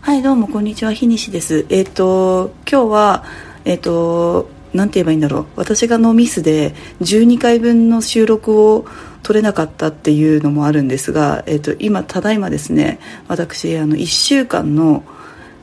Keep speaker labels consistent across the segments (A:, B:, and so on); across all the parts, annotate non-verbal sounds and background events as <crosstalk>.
A: はいどうもこんにちは日西ですえっ、と今日はえっ、となんて言えばいいんだろう私がノーミスで12回分の収録を取れなかったっていうのもあるんですが、えっと今ただいまですね私あの1週間の、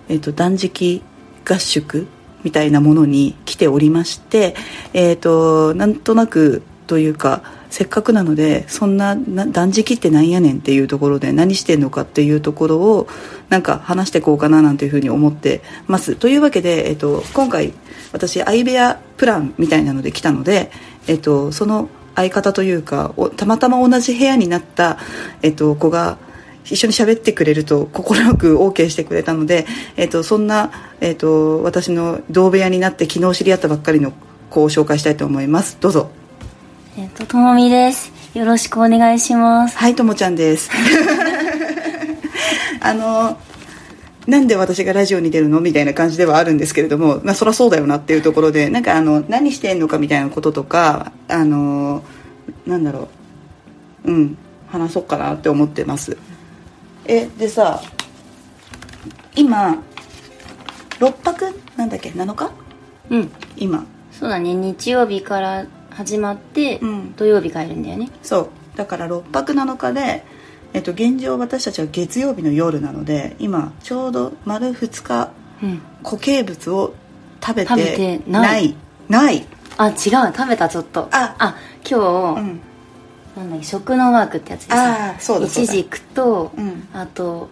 A: えっと断食合宿みたいなものに来ておりまして、えっとなんとなくというかせっかくなのでそんなな断食ってなんやねんっていうところで何してんのかっていうところをなんか話していこうかななんていうふうに思ってますというわけで、えっと今回私相部屋プランみたいなので来たので、えっとその相方というかおたまたま同じ部屋になった、えっと子が一緒に喋ってくれると快く OK してくれたので、えっとそんな、えっと私の同部屋になって昨日知り合ったばっかりの子を紹介したいと思いますどうぞ
B: えっと、ともみです。よろしくお願いします。
A: はい、ともちゃんです。 <laughs> あの、なんで私がラジオに出るのみたいな感じではあるんですけれども、まあ、そらそうだよなっていうところで、なんかあの、何してんのかみたいなこととか、あの、なんだろう、うん、話そうかなって思ってます。え、でさ、今、6泊なんだっけ、7日
B: うん。
A: 今。
B: そうだね。日曜日から始まって、
A: うん
B: 土曜日帰るんだよね。
A: そうだから6泊7日で、えっと、現状私たちは月曜日の夜なので今ちょうど丸2日
B: うん。
A: 固形物を食べて
B: 食べて
A: な
B: ないい
A: ない
B: あ、違う。食べた、ちょっと。
A: あ
B: あ、今
A: う
B: 日、
A: ん
B: なんだっけ、食のワークってやつですね。
A: あーそうだそう
B: い
A: だ
B: ちじくと、
A: うん
B: あと、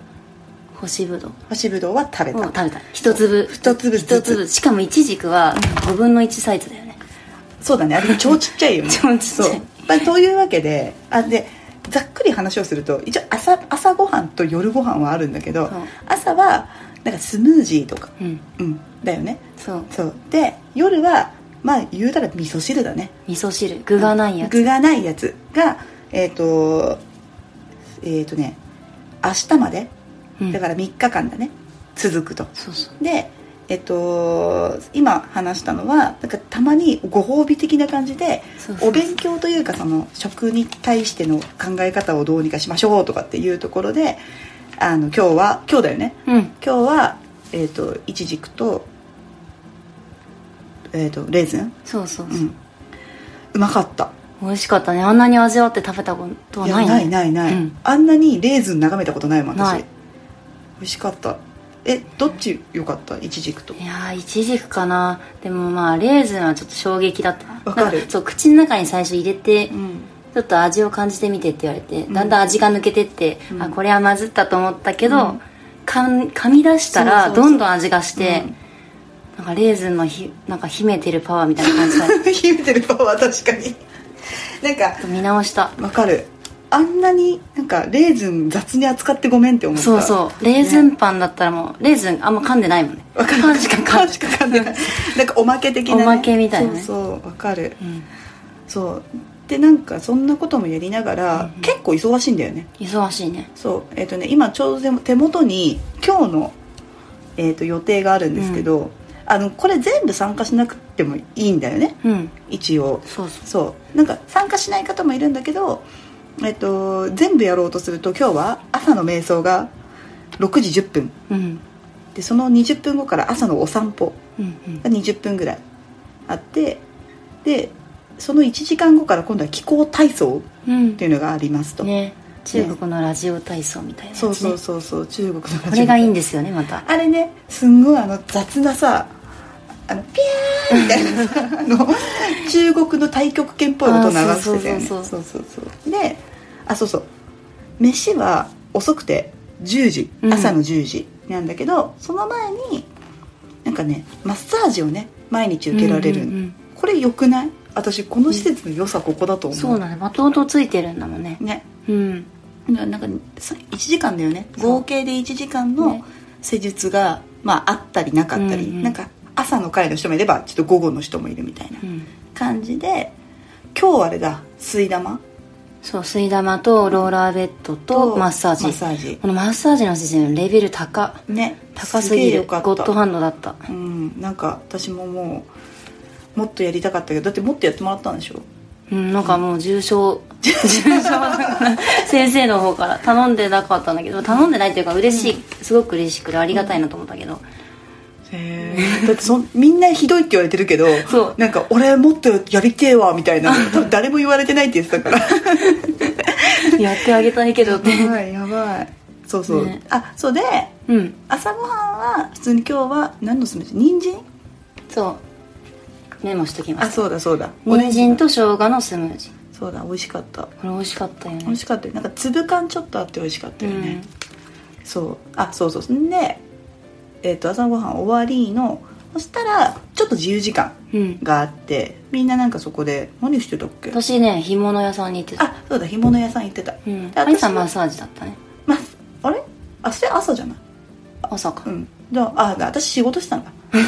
B: 干しぶどう
A: 干しぶどうは食べ
B: を
A: た
B: 食べた。一粒。
A: 一粒ずつ
B: 一粒。しかもいちじくは5分の1サイズだよね。
A: そうだねあれ超ちっちゃいよね
B: <laughs> 超ちっちゃい
A: そうまあ、というわけであでざっくり話をすると一応朝朝ごはんと夜ごはんはあるんだけど、
B: そう
A: 朝はなんかスムージーとか、
B: うん。
A: うん、だよね
B: そう。
A: そうで夜はまあ言うたら味噌汁だね
B: 味噌汁。具がないやつ。
A: 具がないやつがえっ、とえっ、とね明日まで
B: うん
A: だから3日間だね続くと
B: そうそう。
A: でえっ、と今話したのはなんかたまにご褒美的な感じで
B: そうそうそう
A: お勉強というかその食に対しての考え方をどうにかしましょうとかっていうところであの今日は今日だよね
B: うん。
A: 今日はえっ、といちじくとえっ、とレーズン
B: そうそうそうう。
A: んうまかった
B: 美味しかったねあんなに味わって食べたことはい
A: や
B: ないね
A: ないないない
B: うん
A: あんなにレーズン眺めたことないもん私
B: な
A: 美
B: い
A: 味しかったえどっち良かったイチジクと
B: いやーいちじくかなでもまあレーズンはちょっと衝撃だったな
A: わかる
B: なんそう口の中に最初入れて、ち
A: ん
B: ょっと味を感じてみてって言われて、
A: ん
B: だんだん味が抜けてって、
A: うん
B: あこれはまずったと思ったけど、
A: うん
B: かん噛み出したら
A: そうそうそう
B: どんどん味がして、なんかレーズンのひなんか秘めてるパワーみたいな感じだ
A: <laughs> <laughs> 秘めてるパワー確かになんか
B: 見直した
A: わかるあんなになんかレーズン雑に扱ってごめんって思った
B: そうそうレーズンパンだったらもうレーズンあんま噛んでないもんね
A: わかる
B: パンしか噛ん
A: しか噛んでないなんかおまけ的な、ね、
B: おまけみたいなね
A: そうそうわかる
B: うん
A: そうでなんかそんなこともやりながら、結構忙しいんだよね
B: 忙しいね
A: そうえっ、とね今ちょうど手も手元に今日の、えー、と予定があるんですけど、あのこれ全部参加しなくてもいいんだよね
B: うん
A: 一応
B: そうそう
A: そうなんか参加しない方もいるんだけど、えっと全部やろうとすると今日は朝の瞑想が6時10分
B: うん
A: でその20分後から朝のお散歩
B: うんうん
A: が20分ぐらいあってでその1時間後から今度は気候体操
B: うん
A: っていうのがありますと、
B: ね中国のラジオ体操みたいなやつ、ね
A: そうそうそうそう中国のラジオ
B: これがいいんですよねまた
A: あれねすんごいあの雑なさあのピャーみたいなさあの中国の太極拳っぽい音流してたよね
B: あーそう
A: そ
B: そう
A: そうそうであそうそう飯は遅くて10時
B: うん
A: 朝の10時なんだけど、その前になんかねマッサージをね毎日受けられる、
B: うんうんうん
A: これ良くない私この施設の良さここだと思う、
B: そうなんだまともとついてるんだもんね
A: ね
B: うん
A: ななんかさ1時間だよね
B: そう
A: 合計で1時間の
B: ね
A: 施術が、まあ、あったりなかったり、
B: うんうん
A: なんか朝の会の人もいればちょっと午後の人もいるみたいな
B: うん
A: 感じで今日あれだ吸い玉
B: そう吸い玉とローラーベッドとマッサージ
A: マッサージ
B: このマッサージの先生のレベル高
A: ね
B: 高す
A: げ
B: ぎ
A: え
B: る
A: よか
B: ゴ
A: っ
B: ッドハ
A: た
B: ンドだった
A: うんなんか私ももうもっとやりたかったけどだってもっとやってもらったんでしょ
B: うんなんかもう重症先生の方から頼んでなかったんだけど頼んでないというか嬉しい、すごく嬉しくてありがたいなと思ったけど、
A: へえだってそみんなひどいって言われてるけど
B: そう
A: なんか俺もっとやりてえわみたいな多分誰も言われてないって言ってたから <laughs>
B: やってあげたい <laughs> けどって
A: やばいやばいそうそう、
B: ね
A: あそうで
B: うん
A: 朝ごはんは普通に今日は何のスムージー人参
B: そうメモしときま
A: あ
B: す
A: そうだそうだオレン
B: 人
A: ジ
B: 参と生姜のスムージー
A: そうだ美味しかった
B: これ美味しかったよね
A: 美味しかったよなんか粒感ちょっとあって美味しかったよね、そうあそうそうんで、えっと朝ごはん終わりのそしたらちょっと自由時間
B: うん、うん、
A: があってみんななんかそこで何してたっけ
B: 私ね干物屋さんに行ってた
A: あそうだ干物屋さん行ってた
B: うん
A: で
B: ありさ
A: 私は
B: んマッサージだったね
A: まあれあそれ朝じゃない
B: 朝か
A: うんだあだ私仕事してたんだ <laughs>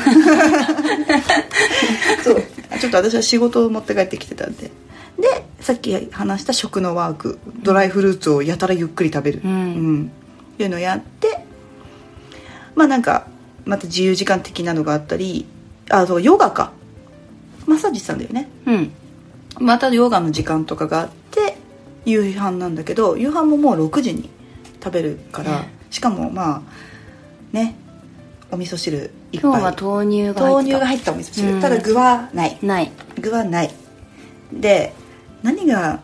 A: そうちょっと私は仕事を持って帰ってきてたんででさっき話した食のワークドライフルーツをやたらゆっくり食べる、
B: うん
A: っていうのをやってまあなんかまた自由時間的なのがあったりあそうヨガかマッサージしてたんだよね
B: うん
A: またヨガの時間とかがあって夕飯なんだけど夕飯ももう6時に食べるから、
B: ね
A: しかもまあねお味噌汁いっ
B: 今
A: ぱ
B: 日はい豆乳が
A: 豆
B: 入ってた
A: 乳が入ったお味噌汁、
B: うん
A: ただ具はない
B: ない
A: 具はないで何が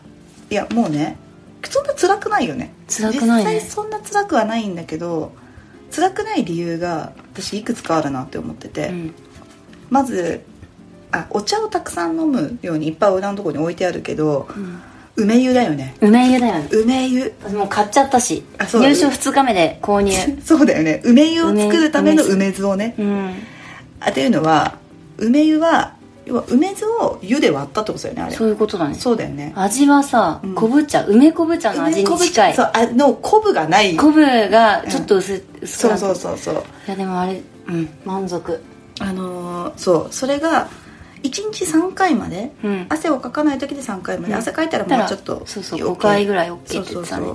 A: いやもうねそんな辛くないよね
B: 辛くないね
A: 実際そんな辛くはないんだけど辛くない理由が私いくつかあるなって思ってて、
B: うん
A: まずあお茶をたくさん飲むようにいっぱい裏のところに置いてあるけど
B: うん
A: 梅湯だよね
B: 梅湯だよね
A: 梅湯
B: 私もう買っちゃったし
A: あそう
B: 入賞2日目で購入
A: <laughs> そうだよね梅湯を作るための
B: 梅
A: 梅酢をね
B: うん
A: あっていうのは梅湯は要は梅酢を湯で割ったってことだよねあれ
B: そういうことだね
A: そうだよね
B: 味はさ
A: うん
B: 昆布茶梅昆布茶の味
A: 梅
B: に
A: 昆布
B: 近い
A: そうあの昆布がない
B: 昆布がちょっと薄,、薄く
A: そ
B: な
A: う
B: った
A: そうそうそう
B: いやでもあれうん満足
A: あのーそうそれが1日3回まで
B: うん
A: 汗をかかない時で3回まで、
B: うん
A: 汗かいたら
B: だか
A: もう
B: ら
A: ちょっと
B: そうそう
A: OK
B: 5回ぐらい OK って
A: そ
B: 言
A: う
B: って
A: そうそ
B: た
A: う、
B: ね
A: っ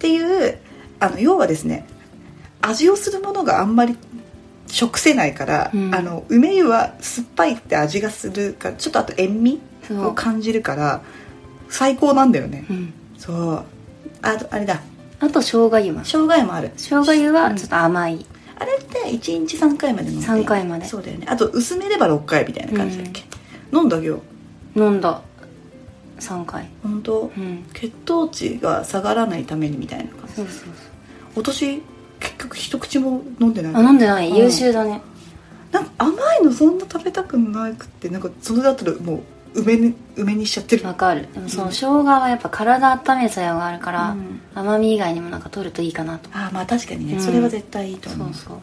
A: ていうあの要はですね味をするものがあんまり食せないから、
B: うん
A: あの梅湯は酸っぱいって味がするからちょっとあと塩味
B: そう
A: を感じるから最高なんだよね、
B: うん
A: そうあとあれだ
B: あと生姜湯も
A: 生姜湯もある
B: 生姜湯はちょっと甘い、
A: あれって1日3回まで飲んで
B: 3回まで
A: そうだよねあと薄めれば6回みたいな感じだっけ、飲んだけど
B: 飲んだ3回
A: 本当
B: うん
A: 血糖値が下がらないためにみたいな感じ
B: そうそうそう
A: 私結局一口も飲んでない
B: あ飲んでない、
A: うん
B: 優秀だね
A: なんか甘いのそんな食べたくなくてなんかそれだったらもう梅に梅にしちゃってる
B: わかるでもその
A: うん
B: 生姜はやっぱ体温める作用があるから、
A: うん
B: 甘み以外にもなんか取るといいかなと
A: ああまあ確かにね、
B: うん
A: それは絶対いいと
B: そ
A: 思う
B: うそう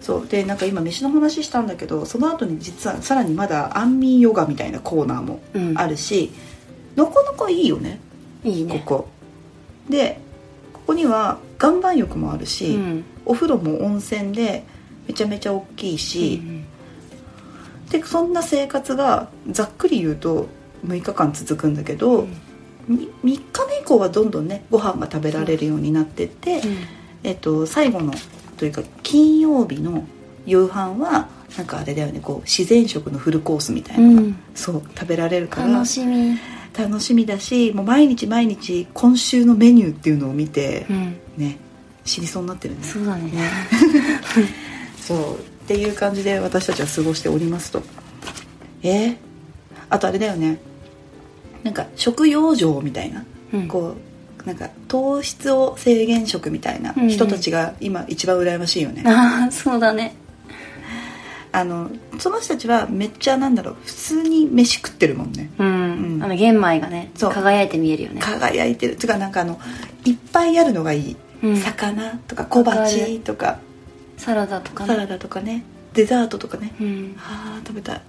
A: そうでなんか今飯の話したんだけどその後に実はさらにまだ安眠ヨガみたいなコーナーも
B: うん
A: あるし、なかなかいいよね
B: いい
A: こ
B: ね
A: こでここには岩盤浴もあるし、
B: うん
A: お風呂も温泉でめちゃめちゃ大きいし、
B: うん
A: でそんな生活がざっくり言うと6日間続くんだけど、
B: うん
A: み3日目以降はどんどんねご飯が食べられるようになってって、えっと、最後のというか金曜日の夕飯はなんかあれだよねこう自然食のフルコースみたいなのが、
B: うん
A: そう食べられるから
B: 楽しみ
A: 楽しみだしもう毎日毎日今週のメニューっていうのを見て
B: う、ん
A: ね死にそうになってるね
B: そうだね
A: そうっていう感じで私たちは過ごしておりますとえー、あとあれだよねなんか食用場みたいな、
B: うん
A: こうなんか糖質を制限食みたいな
B: うんうん
A: 人たちが今一番羨ましいよね、
B: ああそうだね
A: あのその人たちはめっちゃなんだろう普通に飯食ってるもんね
B: うん、
A: うん
B: あの玄米がね
A: そう
B: 輝いて見えるよね
A: 輝いてるつうかなんかあのいっぱいあるのがいい、
B: うん
A: 魚とか小鉢とか
B: サラダとか
A: サラダとかねデザートとかね、
B: うん
A: あー食べたい